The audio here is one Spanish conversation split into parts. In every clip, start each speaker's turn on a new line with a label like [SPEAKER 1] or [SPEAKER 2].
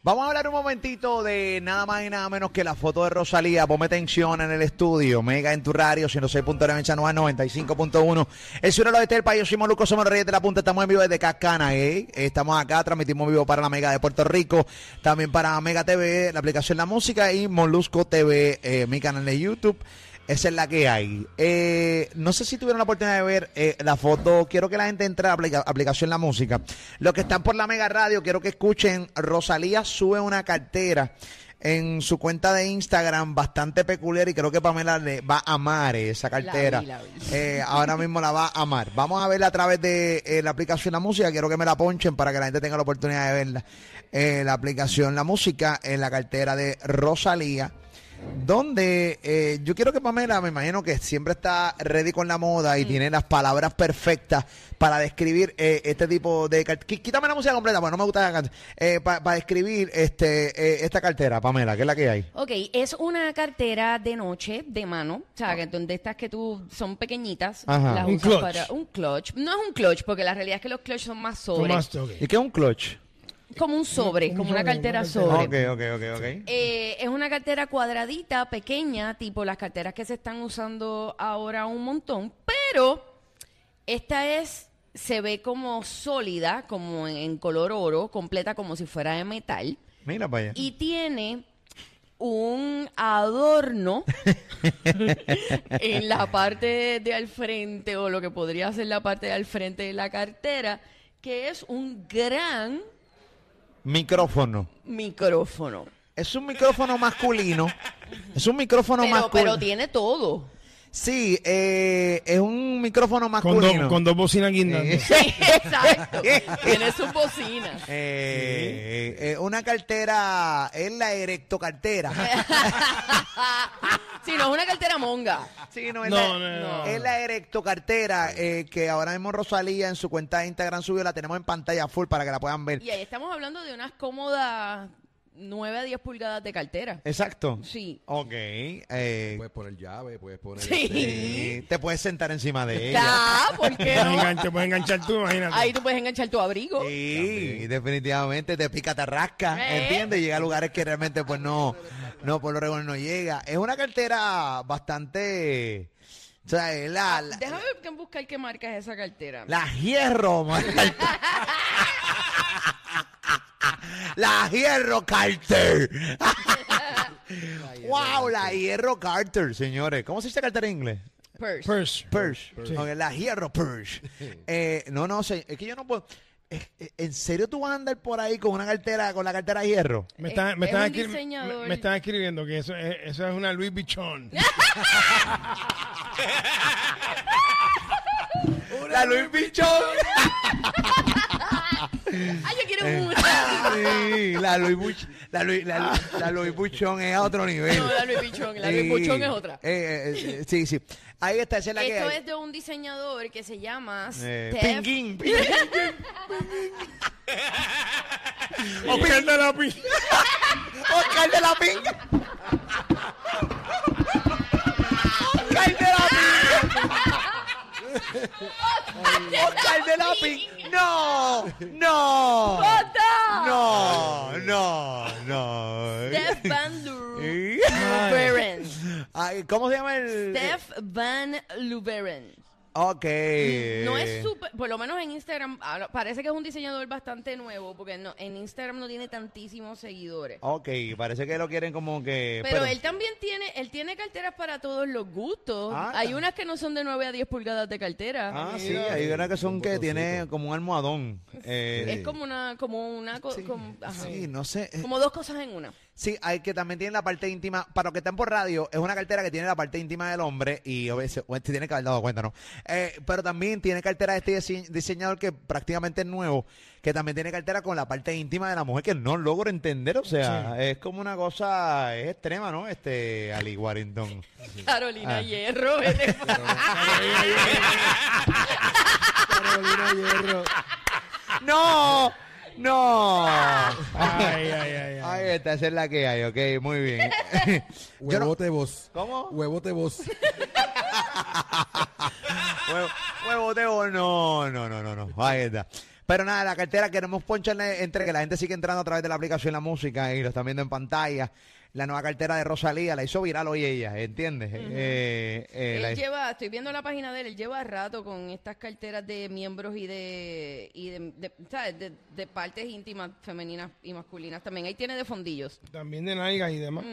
[SPEAKER 1] Vamos a hablar un momentito de nada más y nada menos que la foto de Rosalía. Ponme tensión en el estudio. Mega en tu radio, 106.9 en San Juan, 95.1. El sur del oeste del país. Yo soy Moluco, somos los Reyes de la Punta. Estamos en vivo desde Cascana, ¿eh? Estamos acá, transmitimos vivo para la Mega de Puerto Rico, también para Mega TV, la aplicación La Música y Molusco TV, eh, mi canal de YouTube. Esa es la que hay. Eh, no sé si tuvieron la oportunidad de ver eh, la foto. Quiero que la gente entre a la aplica- aplicación La Música. Los que están por la Mega Radio, quiero que escuchen. Rosalía sube una cartera en su cuenta de Instagram bastante peculiar y creo que Pamela le va a amar eh, esa cartera.
[SPEAKER 2] vi, la vi.
[SPEAKER 1] Eh, ahora mismo la va a amar. Vamos a verla a través de eh, la aplicación La Música. Quiero que me la ponchen para que la gente tenga la oportunidad de verla. Eh, la aplicación La Música en la cartera de Rosalía. Donde eh, yo quiero que Pamela, me imagino que siempre está ready con la moda y
[SPEAKER 2] Mm.
[SPEAKER 1] tiene las palabras perfectas para describir eh, este tipo de cartera. Quítame la música completa, porque no me gusta la canción. para describir este, eh, esta cartera, Pamela, que es la que hay.
[SPEAKER 2] Ok, es una cartera de noche, de mano, o sea, que donde estas que tú son pequeñitas,
[SPEAKER 1] Ajá.
[SPEAKER 2] las
[SPEAKER 3] Un
[SPEAKER 2] usas
[SPEAKER 3] clutch.
[SPEAKER 2] para un clutch. No es un clutch, porque la realidad es que los clutch son más
[SPEAKER 3] Con
[SPEAKER 2] sobres,
[SPEAKER 3] más toque.
[SPEAKER 1] ¿Y qué es un clutch?
[SPEAKER 2] como un sobre,
[SPEAKER 3] Un
[SPEAKER 2] como
[SPEAKER 3] sobre,
[SPEAKER 2] una cartera
[SPEAKER 3] una
[SPEAKER 2] sobre.
[SPEAKER 3] cartera.
[SPEAKER 1] Ok, ok, ok, ok.
[SPEAKER 2] Eh, es una cartera cuadradita, pequeña, tipo las carteras que se están usando ahora un montón, pero esta es, se ve como sólida, como en, en color oro, completa como si fuera de metal,
[SPEAKER 1] Mira para allá.
[SPEAKER 2] y tiene un adorno en la parte de al frente, o lo que podría ser la parte de al frente de la cartera, que es un gran
[SPEAKER 1] Micrófono.
[SPEAKER 2] micrófono.
[SPEAKER 1] Es un micrófono masculino. Es un micrófono
[SPEAKER 2] Pero,
[SPEAKER 1] masculino.
[SPEAKER 2] pero tiene todo.
[SPEAKER 1] Sí, eh, es un micrófono
[SPEAKER 3] Con, dos-
[SPEAKER 1] masculino.
[SPEAKER 3] con dos bocinas guindando.
[SPEAKER 1] Eh,
[SPEAKER 2] Sí, exacto. Tiene sus bocinas.
[SPEAKER 1] Eh, eh, una cartera, es la erecto cartera.
[SPEAKER 2] Si no, es una cartera monga.
[SPEAKER 1] Sí, no, es,
[SPEAKER 3] No,
[SPEAKER 1] la,
[SPEAKER 3] no, no, no.
[SPEAKER 1] es la erecto cartera eh, que ahora mismo Rosalía en su cuenta de Instagram subió, la tenemos en pantalla full para que la puedan ver.
[SPEAKER 2] Y ahí estamos hablando de unas cómodas 9 a 10 pulgadas de cartera.
[SPEAKER 1] Exacto.
[SPEAKER 2] Sí.
[SPEAKER 1] Ok. eh,
[SPEAKER 4] Puedes poner llave, puedes poner... este,
[SPEAKER 2] Sí.
[SPEAKER 1] eh, te puedes sentar encima de ella.
[SPEAKER 2] Ya, ¿por qué
[SPEAKER 3] Puedes
[SPEAKER 2] no?
[SPEAKER 3] enganchar- puedes enganchar tú, imagínate.
[SPEAKER 2] Ahí tú puedes enganchar tu abrigo.
[SPEAKER 1] Eh, Sí, definitivamente te pica, te rasca,
[SPEAKER 2] ¿Eh?
[SPEAKER 1] ¿entiendes? Llega a lugares que realmente pues no, no, por lo regular no llega. Es una cartera bastante, o sea, es la, la,
[SPEAKER 2] Déjame que- buscar qué marca es esa cartera.
[SPEAKER 1] la hierro, ma- la hierro Carter. wow, la hierro Carter, señores. ¿Cómo se dice cartera en inglés?
[SPEAKER 2] Purse.
[SPEAKER 3] Purse.
[SPEAKER 1] Purge.
[SPEAKER 3] Sí.
[SPEAKER 1] Ok, la hierro Purge. Eh, no, no, sé, es que yo no puedo. es- es- ¿En serio tú vas a andar por ahí con una cartera, con la cartera de hierro?
[SPEAKER 3] Me están, me,
[SPEAKER 2] Es
[SPEAKER 3] están
[SPEAKER 2] un
[SPEAKER 3] escri-
[SPEAKER 2] diseñador.
[SPEAKER 3] me- me están escribiendo que eso es, eso es una Louis Vuitton.
[SPEAKER 1] La Luis Pichón.
[SPEAKER 2] Ah, yo quiero una.
[SPEAKER 1] Eh. sí, la Luis Buchón. La Luis, la, Lu- la Luis Buchón es a otro nivel.
[SPEAKER 2] No, la Louis Vuitton. La Louis Vuitton es otra.
[SPEAKER 1] Eh, eh, eh, sí, sí. Ahí está, esa es la que
[SPEAKER 2] Esto
[SPEAKER 1] hay.
[SPEAKER 2] es de un diseñador que se llama
[SPEAKER 1] Eh,
[SPEAKER 2] Steph
[SPEAKER 1] pinguín, pinguín.
[SPEAKER 3] Oscar de la Pi-
[SPEAKER 1] Oscar de la pinga. Oscar de la pinga. Oscar de la pinga. No, no.
[SPEAKER 2] ¡Bota!
[SPEAKER 1] No, no, no.
[SPEAKER 2] Steph Van Lu-
[SPEAKER 1] Ay.
[SPEAKER 2] Luberen.
[SPEAKER 1] Ay, ¿Cómo se llama el?
[SPEAKER 2] Steph Van Luberen.
[SPEAKER 1] Ok. Eh.
[SPEAKER 2] No es súper, por lo menos en Instagram, ahora, parece que es un diseñador bastante nuevo, porque no- en Instagram no tiene tantísimos seguidores.
[SPEAKER 1] Ok, parece que lo quieren como que.
[SPEAKER 2] Pero él también tiene, él tiene carteras para todos los gustos.
[SPEAKER 1] Ah.
[SPEAKER 2] Hay unas que no son de 9 a 10 pulgadas de cartera.
[SPEAKER 1] Ah, sí, hay una que son
[SPEAKER 4] Un
[SPEAKER 1] que
[SPEAKER 4] botoncito.
[SPEAKER 1] tiene como un almohadón. Eh,
[SPEAKER 2] Es como una, como una, co- como, ajá.
[SPEAKER 1] Sí, no sé. eh,
[SPEAKER 2] como dos cosas en una.
[SPEAKER 1] Sí, hay que también tiene la parte íntima. Para los que están por radio, es una cartera que tiene la parte íntima del hombre y obviamente bueno, te tiene que haber dado cuenta, ¿no? Eh, pero también tiene cartera de este dise- diseñador que prácticamente es nuevo, que también tiene cartera con la parte íntima de la mujer que no logro entender. O sea, es como una cosa es extrema, ¿no? Este, Ali Warrington.
[SPEAKER 2] Carolina
[SPEAKER 1] Ah. Eh,
[SPEAKER 2] Hierro. vete pa-
[SPEAKER 4] Carolina Hierro.
[SPEAKER 1] ¡No! ¡No!
[SPEAKER 3] Ay, ay, ay, ay.
[SPEAKER 1] Ahí está, esa es la que hay, ok, muy bien. Yo no-
[SPEAKER 4] Huevote voz.
[SPEAKER 1] ¿Cómo?
[SPEAKER 4] Huevote voz.
[SPEAKER 1] Huevo, huevo de oro. No, no, no, no, no. Ahí está. Pero nada, la cartera queremos poncharle entre que la gente sigue entrando a través de la aplicación La Música y lo están viendo en pantalla. La nueva cartera de Rosalía la hizo viral hoy ella, ¿entiendes? Eh, eh,
[SPEAKER 2] Él
[SPEAKER 1] la-
[SPEAKER 2] lleva, estoy viendo la página de él, él lleva rato con estas carteras de miembros y de, y de, de- ¿sabes? de- de partes íntimas femeninas y masculinas también. Ahí tiene de fondillos.
[SPEAKER 3] También de nalgas y demás.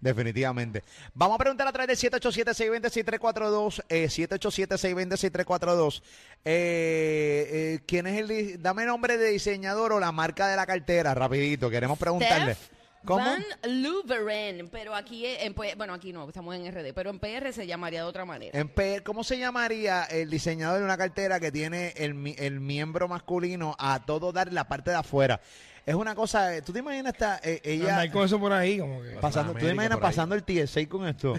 [SPEAKER 1] Definitivamente. Vamos a preguntar a través de 787-620-6342. Eh, 787-620-6342. Eh, eh, ¿Quién es el.? di- Dame nombre de diseñador o la marca de la cartera, rapidito. Queremos preguntarle.
[SPEAKER 2] Steph Van Luveren, pero aquí, eh, en P- bueno, aquí no, estamos en RD, pero en PR se llamaría de otra manera.
[SPEAKER 1] En PR, ¿Cómo se llamaría el diseñador de una cartera que tiene el, mi- el miembro masculino a todo dar en la parte de afuera? Es una cosa. eh, ¿Tú te imaginas esta, eh, ella.
[SPEAKER 3] Andar con eso por ahí, como que.
[SPEAKER 1] Pasando, ¿Tú te
[SPEAKER 4] América
[SPEAKER 1] imaginas
[SPEAKER 4] por ahí.
[SPEAKER 1] pasando el TSA con esto?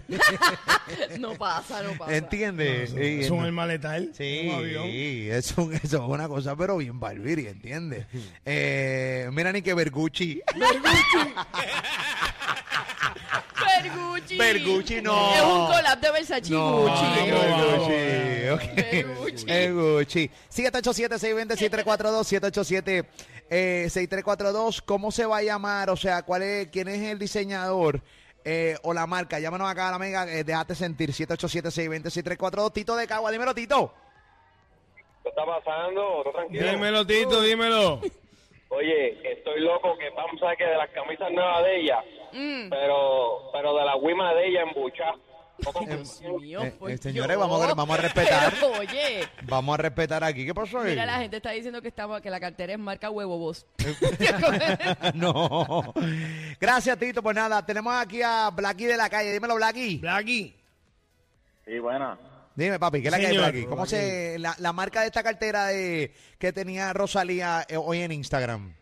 [SPEAKER 2] no pasa, no pasa.
[SPEAKER 1] ¿Entiendes? Eh, Sí,
[SPEAKER 3] Es
[SPEAKER 1] no.
[SPEAKER 3] un alma letal.
[SPEAKER 1] Sí,
[SPEAKER 3] Un avión.
[SPEAKER 1] es un- eso es una cosa, pero bien Barbiri, ¿entiendes? Eh, mira ni que Bergucci.
[SPEAKER 2] Bergucci.
[SPEAKER 1] Bergucci, Ah, no.
[SPEAKER 2] Es un collab de Versace y Gucci.
[SPEAKER 1] ni que Bergucci.
[SPEAKER 3] no,
[SPEAKER 1] ok. Eh,
[SPEAKER 2] Bergucci.
[SPEAKER 1] Bergucci. 787-620-6342, eh, 787-6342. ¿Cómo se va a llamar? O sea, ¿cuál es, ¿quién es el diseñador? eh, o la marca, llámanos acá a la mega, eh, déjate sentir, 787-620-6342, Tito de Cagua, dímelo Tito.
[SPEAKER 5] ¿Qué está pasando? ¿Todo tranquilo?
[SPEAKER 3] Dímelo,
[SPEAKER 1] Uh.
[SPEAKER 3] Tito, dímelo.
[SPEAKER 5] Oye, estoy loco que Pam saque de las camisas nuevas de ella,
[SPEAKER 2] Mm.
[SPEAKER 5] pero pero de la Wima de ella en Buchá.
[SPEAKER 2] Dios mío,
[SPEAKER 1] eh,
[SPEAKER 2] por
[SPEAKER 1] eh, señores,
[SPEAKER 2] Dios.
[SPEAKER 1] vamos a- vamos a respetar.
[SPEAKER 2] Pero, oye,
[SPEAKER 1] Vamos a respetar aquí, ¿qué pasó ahí?
[SPEAKER 2] mira, la gente está diciendo que, estamos, que la cartera es marca huevo vos.
[SPEAKER 1] Eh, no. Gracias, Tito. Pues nada, tenemos aquí a Blacky de la calle. Dímelo, Blacky.
[SPEAKER 3] Blacky.
[SPEAKER 5] Sí, buena.
[SPEAKER 1] Dime, papi, ¿qué es la que hay,
[SPEAKER 3] Señor.
[SPEAKER 1] Blacky? ¿Cómo se. La, la marca de esta cartera de, que tenía Rosalía eh, hoy en Instagram?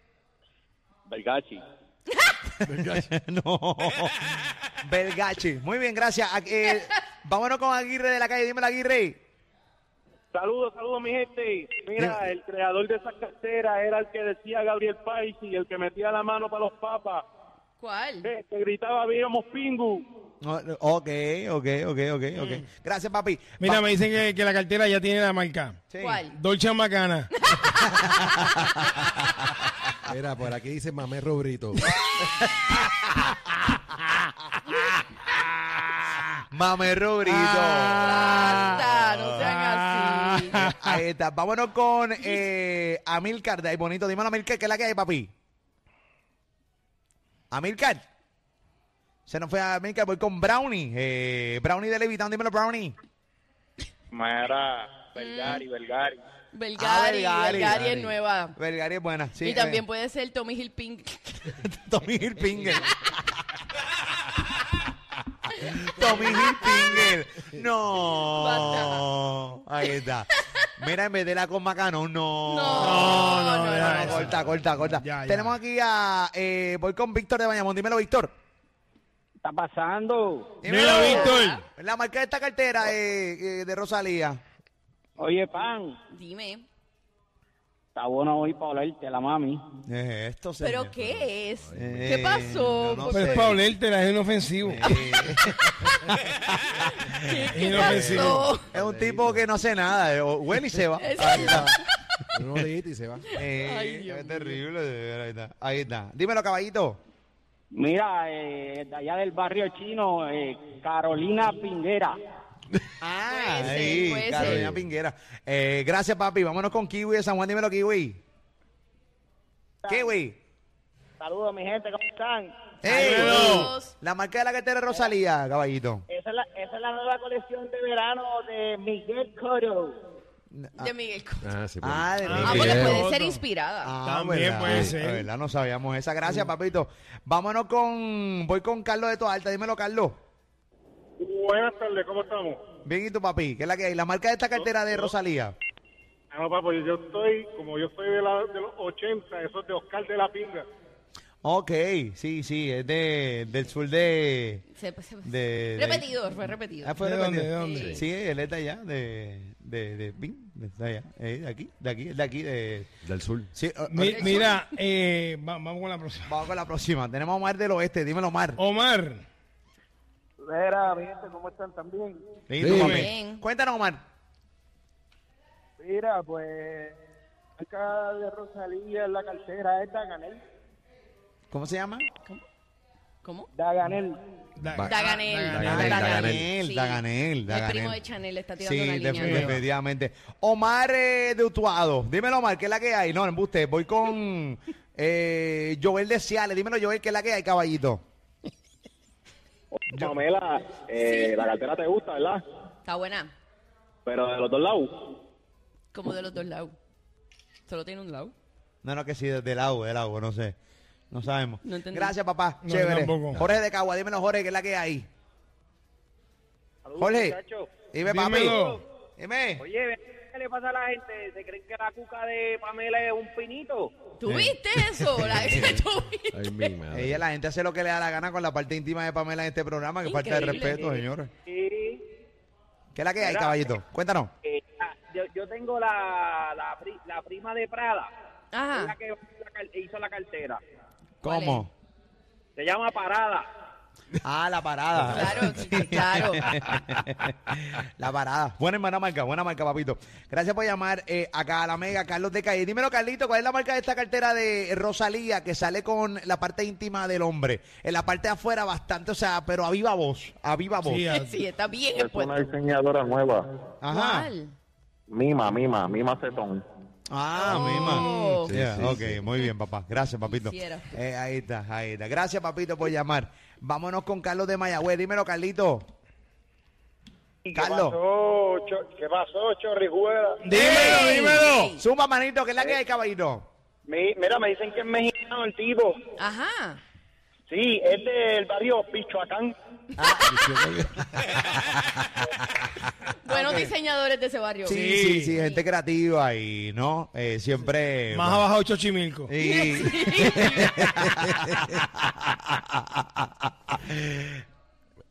[SPEAKER 5] Belgachi.
[SPEAKER 1] no. Belgachi. Muy bien, gracias. Aquí, eh, vámonos con Aguirre de la calle. Dímelo, Aguirre.
[SPEAKER 6] Saludos, saludos mi gente.
[SPEAKER 1] Diga.
[SPEAKER 6] Mira, el creador de esa cartera era el que decía Gabriel País y el que metía la mano para los papas,
[SPEAKER 2] ¿Cuál?
[SPEAKER 6] eh, que gritaba viéramos pingu.
[SPEAKER 1] No, no, Ok, ok, ok, ok, ok. Gracias, papi.
[SPEAKER 3] Mm. Mira,
[SPEAKER 1] Pa-
[SPEAKER 3] me dicen que, que la cartera ya tiene la marca.
[SPEAKER 1] Sí.
[SPEAKER 2] ¿Cuál?
[SPEAKER 3] Dolce Macana.
[SPEAKER 4] Mira, por aquí dice Mamé Robrito.
[SPEAKER 1] Mame Robrito.
[SPEAKER 3] Ah.
[SPEAKER 2] Basta, no
[SPEAKER 1] Ah.
[SPEAKER 2] sean
[SPEAKER 1] Eh,
[SPEAKER 2] así.
[SPEAKER 1] Ahí está. Vámonos con eh, Amilcar de ahí bonito. Dímelo, Amilcar, ¿qué es la que hay, papi? Amilcar. Se nos fue a Amilcar. Voy con Brownie. Eh, Brownie de Levitown. Dímelo, Brownie.
[SPEAKER 5] Mira, Belgari, Belgari.
[SPEAKER 1] Ah,
[SPEAKER 2] Belgari, Belgari es nueva.
[SPEAKER 1] Belgari es buena. Sí,
[SPEAKER 2] y también
[SPEAKER 1] eh,
[SPEAKER 2] puede ser Tommy Hilpin.
[SPEAKER 1] Tommy Hilfiger. Tommy Hilfiger. No. Ahí está. Mira, en vez de la con Macano, no.
[SPEAKER 2] No, no, no,
[SPEAKER 1] No,
[SPEAKER 3] ya,
[SPEAKER 1] no,
[SPEAKER 3] eso.
[SPEAKER 1] corta, corta, corta.
[SPEAKER 3] Ya, ya.
[SPEAKER 1] Tenemos aquí a. eh, voy con Víctor de Bayamón. Dímelo, Víctor.
[SPEAKER 6] está pasando?
[SPEAKER 3] Dímelo, Víctor.
[SPEAKER 1] La marca de esta cartera eh, eh, de Rosalía.
[SPEAKER 6] Oye, pan,
[SPEAKER 2] Dime,
[SPEAKER 6] está bueno hoy para olerte la mami.
[SPEAKER 1] Eh, esto se.
[SPEAKER 2] ¿pero qué es?
[SPEAKER 1] Eh,
[SPEAKER 2] ¿Qué pasó?
[SPEAKER 1] no, no
[SPEAKER 3] Pero
[SPEAKER 1] sé.
[SPEAKER 3] es para olértela, es inofensivo.
[SPEAKER 2] ¿Qué,
[SPEAKER 3] Y
[SPEAKER 2] qué
[SPEAKER 3] no pensé.
[SPEAKER 2] pasó?
[SPEAKER 1] Es un tipo que no hace nada. eh, o- Huele y se va.
[SPEAKER 2] Es-
[SPEAKER 1] Ahí está.
[SPEAKER 4] Uno le y se va.
[SPEAKER 1] Eh,
[SPEAKER 2] Ay, Dios
[SPEAKER 1] es terrible. de verdad, Ahí está. Ahí está. Dímelo, caballito.
[SPEAKER 6] Mira, eh, de allá del barrio chino, eh, Carolina Pinguera.
[SPEAKER 1] Ah,
[SPEAKER 2] Puede ser,
[SPEAKER 1] sí,
[SPEAKER 2] puede ser.
[SPEAKER 1] Carolina Pinguera. Eh, gracias, papi. Vámonos con Kiwi de San Juan. Dímelo, Kiwi. Kiwi.
[SPEAKER 6] Saludos mi gente, ¿cómo están?
[SPEAKER 1] ¡Ey!
[SPEAKER 2] Saludos.
[SPEAKER 1] La marca de la cartera es Rosalía, caballito.
[SPEAKER 6] Esa es, la, esa es la nueva colección de verano de Miguel Coro.
[SPEAKER 2] De Miguel.
[SPEAKER 4] Ah, sí. pues.
[SPEAKER 1] Ah, de
[SPEAKER 2] Ah,
[SPEAKER 1] Miguel.
[SPEAKER 2] porque
[SPEAKER 4] Miguel.
[SPEAKER 2] puede ser
[SPEAKER 3] Otro.
[SPEAKER 2] inspirada.
[SPEAKER 1] Ah,
[SPEAKER 3] También
[SPEAKER 1] verdad,
[SPEAKER 3] puede ser.
[SPEAKER 1] de verdad, no sabíamos esa. Gracias, papito. Vámonos con. Voy con Carlos de Toa Alta. Dímelo, Carlos.
[SPEAKER 6] Buenas tardes, ¿cómo estamos?
[SPEAKER 1] Bien, ¿y tu papi? ¿Qué es la que hay? La marca de esta cartera de Rosalía.
[SPEAKER 6] Ah, no, papo, yo estoy, como yo soy de, la- de los 80, eso es de Oscar de la Pinga.
[SPEAKER 1] Ok, sí, sí, es de, del sur de.
[SPEAKER 2] Se- se-
[SPEAKER 1] de-
[SPEAKER 2] repetido, fue repetido.
[SPEAKER 1] Ah, fue
[SPEAKER 3] ¿De dónde,
[SPEAKER 1] repetido.
[SPEAKER 3] de dónde?
[SPEAKER 1] Sí, él es de allá, de. de, de, Pin, de, allá. Eh, de aquí, de aquí, de aquí, de.
[SPEAKER 4] Del sur.
[SPEAKER 1] Sí, o-
[SPEAKER 3] Mi-
[SPEAKER 1] o-
[SPEAKER 3] mira, eh, va- vamos con la próxima.
[SPEAKER 1] vamos con la próxima. Tenemos a Omar del Oeste, dímelo, Omar.
[SPEAKER 3] Oh, Omar.
[SPEAKER 6] Mira, mi gente, ¿cómo están también?
[SPEAKER 1] Dímelo,
[SPEAKER 4] Sí.
[SPEAKER 1] papi.
[SPEAKER 2] Bien.
[SPEAKER 1] Cuéntanos, Omar.
[SPEAKER 6] Mira, pues marca de Rosalía en la cartera es Daganel.
[SPEAKER 1] ¿Cómo se llama?
[SPEAKER 2] ¿Cómo?
[SPEAKER 6] Daganel.
[SPEAKER 3] Da-
[SPEAKER 4] Va-
[SPEAKER 2] Daganel.
[SPEAKER 1] Daganel,
[SPEAKER 2] Ah,
[SPEAKER 1] Daganel,
[SPEAKER 2] sí.
[SPEAKER 1] Daganel,
[SPEAKER 2] El primo
[SPEAKER 1] Daganel.
[SPEAKER 2] de Chanel le está
[SPEAKER 1] Sí,
[SPEAKER 2] tirando una
[SPEAKER 1] def-
[SPEAKER 2] línea. nueva.
[SPEAKER 1] definitivamente. Omar eh, de Utuado. Dímelo, Omar, ¿qué es la que hay? No, embuste. Voy con eh, Joel de Ciales. Dímelo, Joel, ¿qué es la que hay, caballito?
[SPEAKER 5] Pamela, eh,
[SPEAKER 2] Sí.
[SPEAKER 5] la cartera te gusta, ¿verdad?
[SPEAKER 2] Está buena.
[SPEAKER 5] Pero de los dos lados.
[SPEAKER 2] Como de los dos lados. Solo tiene un lado.
[SPEAKER 1] No, no, que sí, del agua, del agua, no sé. No sabemos.
[SPEAKER 2] No entendí.
[SPEAKER 1] Gracias, papá.
[SPEAKER 3] No,
[SPEAKER 1] Chévere.
[SPEAKER 3] tampoco.
[SPEAKER 1] Jorge de Cagua, dímelo, Jorge, ¿qué es la que hay? Jorge, dime, papi.
[SPEAKER 3] Dímelo.
[SPEAKER 1] Dime.
[SPEAKER 6] Oye, ¿qué le pasa a la gente? ¿Se creen que la cuca de Pamela es un pinito?
[SPEAKER 2] ¿Tuviste eso? La ¿Tuviste?
[SPEAKER 4] Ay, mi madre.
[SPEAKER 1] Ella, la gente hace lo que le da la gana con la parte íntima de Pamela en este programa. Que falta de
[SPEAKER 2] Increíble.
[SPEAKER 1] respeto, señores.
[SPEAKER 6] Sí.
[SPEAKER 1] ¿Qué es la que hay,
[SPEAKER 6] Mira.
[SPEAKER 1] caballito? Cuéntanos.
[SPEAKER 6] Eh, ah, yo, yo tengo la, la, pri- la prima de Prada.
[SPEAKER 2] Ajá.
[SPEAKER 6] Es La que la car- hizo la cartera.
[SPEAKER 2] ¿Cuál
[SPEAKER 1] ¿Cómo?
[SPEAKER 6] Se llama Parada.
[SPEAKER 1] Ah, la parada.
[SPEAKER 2] Claro, chico, claro.
[SPEAKER 1] La parada. Buena hermana marca, buena marca, papito. Gracias por llamar eh, acá a la mega, Carlos de Calle. Dímelo, Carlito, ¿cuál es la marca de esta cartera de Rosalía que sale con la parte íntima del hombre? En la parte de afuera bastante, o sea, pero a viva voz, a viva voz.
[SPEAKER 3] Sí, a-
[SPEAKER 2] Sí, está bien
[SPEAKER 5] Es
[SPEAKER 2] expuesto.
[SPEAKER 5] una diseñadora nueva.
[SPEAKER 1] Ajá.
[SPEAKER 2] ¿Cuál?
[SPEAKER 5] Mima, mima, mima Cetón.
[SPEAKER 1] Ah, misma.
[SPEAKER 2] Oh.
[SPEAKER 4] Sí,
[SPEAKER 1] Yeah,
[SPEAKER 4] sí,
[SPEAKER 1] ok,
[SPEAKER 4] sí.
[SPEAKER 1] muy bien, papá. Gracias, papito.
[SPEAKER 2] Quisiera.
[SPEAKER 1] Eh, ahí está, ahí está. Gracias, papito, por llamar. Vámonos con Carlos de Mayagüez. Dímelo, Carlito. Carlos.
[SPEAKER 6] ¿Qué pasó, Chorrijuela?
[SPEAKER 3] Dímelo,
[SPEAKER 2] Ey.
[SPEAKER 3] dímelo.
[SPEAKER 1] Zumba, manito, que es la que hay, caballito.
[SPEAKER 6] mira, me dicen que es mexicano el tipo.
[SPEAKER 2] Ajá.
[SPEAKER 6] Sí, es del barrio Pichoacán.
[SPEAKER 2] Buenos diseñadores de ese barrio.
[SPEAKER 1] Sí, sí,
[SPEAKER 3] Sí.
[SPEAKER 1] sí, gente creativa y no, eh, siempre.
[SPEAKER 3] Más
[SPEAKER 1] bueno,
[SPEAKER 3] abajo Chochimilco.
[SPEAKER 1] y-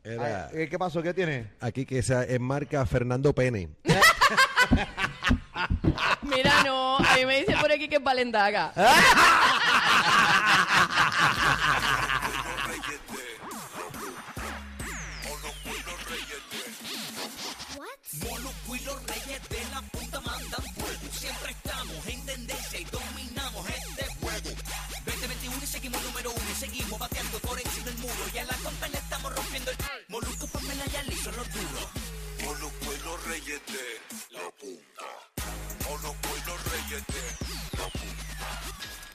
[SPEAKER 4] Era-
[SPEAKER 1] Ay, ¿Qué pasó? ¿Qué tiene?
[SPEAKER 4] aquí que se enmarca Fernando Pene.
[SPEAKER 2] Mira, no, a mí me dicen por aquí que es Valendaga.